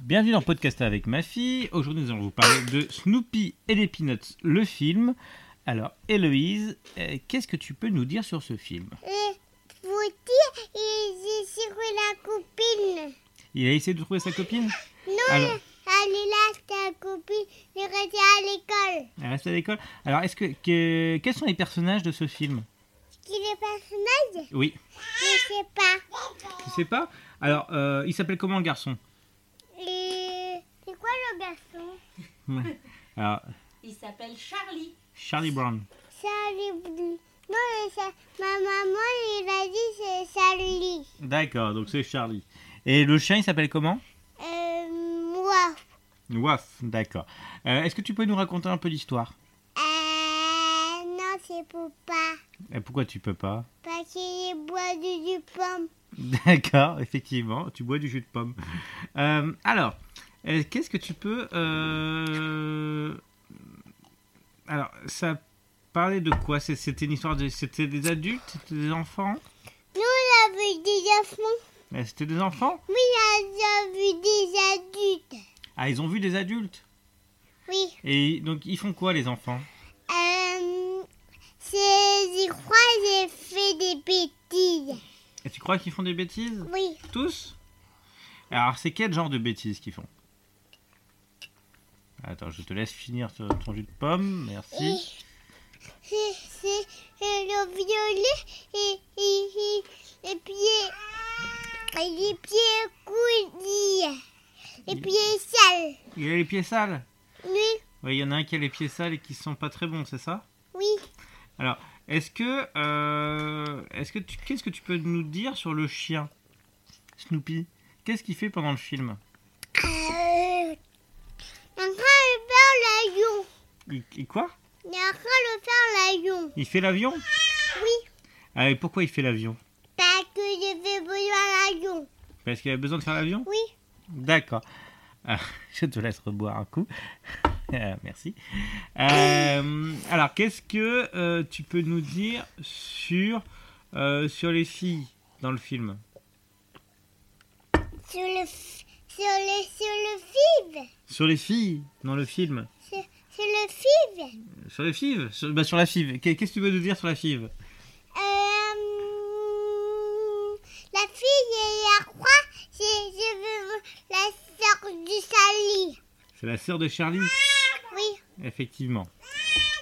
Bienvenue dans Podcast avec ma fille. Aujourd'hui, nous allons vous parler de Snoopy et les Peanuts, le film. Alors, Héloïse, euh, qu'est-ce que tu peux nous dire sur ce film Et vous dire, j'ai cherché la copine. Il a essayé de trouver sa copine Non, Alors. elle est là, ta copine. Elle est restée à l'école. Elle reste à l'école Alors, est-ce que, que- quels sont les personnages de ce film Qui est personnage Oui. Je sais pas. Tu sais pas Alors, euh, il s'appelle comment le garçon Et c'est quoi le garçon Alors, Il s'appelle Charlie. Charlie Brown. Charlie Blue. Non, mais ça- ma maman, il a dit c'est Charlie. D'accord, donc c'est Charlie. Et le chien, il s'appelle comment Euh, moi. Waf, d'accord. Euh, Est-ce que tu peux nous raconter un peu l'histoire Euh, non, c'est pour pas. Et Euh, Pourquoi tu peux pas Parce qu'il boit du, du pomme. D'accord, effectivement, tu bois du jus de pomme. Euh, alors, euh, qu'est-ce que tu peux... euh, Alors, ça parlait de quoi C'est- C'était une histoire de... C'était des adultes C'était des enfants T'as vu des enfants Euh, C'était des enfants Oui, j'ai vu des adultes. Ah, ils ont vu des adultes Oui. Et donc, ils font quoi, les enfants Euh, c'est, je crois, que j'ai fait des bêtises. Et tu crois qu'ils font des bêtises Oui. Tous Alors, c'est quel genre de bêtises qu'ils font Attends, je te laisse finir ton ton jus de pomme, Et merci. c'est, c'est euh, le violet et, et, et les pieds, et les pieds coudis. Les pieds sales. Il a les pieds sales Oui, Oui, il y en a un qui a les pieds sales et qui sont pas très bons, c'est ça oui. Est-ce que, euh, est-ce que tu, qu'est-ce que tu peux nous dire sur le chien, Snoopy Qu'est-ce qu'il fait pendant le film Euh, on va le faire l'avion. il, il- quoi On va le faire l'avion. Il fait l'avion Oui, Ah, et pourquoi il fait l'avion parce que je vais besoin l'avion. Parce qu'il a besoin de faire l'avion Oui. D'accord. Ah, je te laisse reboire un coup. Euh, Merci. Euh, alors, qu'est-ce que euh, tu peux nous dire sur, euh, sur les filles dans le film Sur le, f- sur le, sur le fibre. Sur les filles dans le film Sur, sur le fibre. Sur les fives sur, bah, sur la five. Qu'est- Qu'est-ce que tu veux nous dire sur la five Euh, la fille et la croix, je, je veux la sœur du sali. C'est la sœur de Charlie Oui, Effectivement.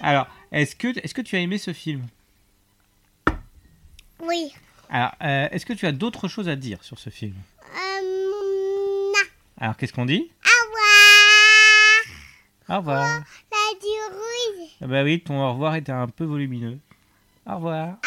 Alors, est-ce que, est que tu as aimé ce film oui. Alors, euh, est-ce que tu as d'autres choses à dire sur ce film Euh, non. Alors, qu'est-ce qu'on dit Au revoir. Au revoir. La du rouge. Ah bah oui, ton au revoir était un peu volumineux. Au revoir.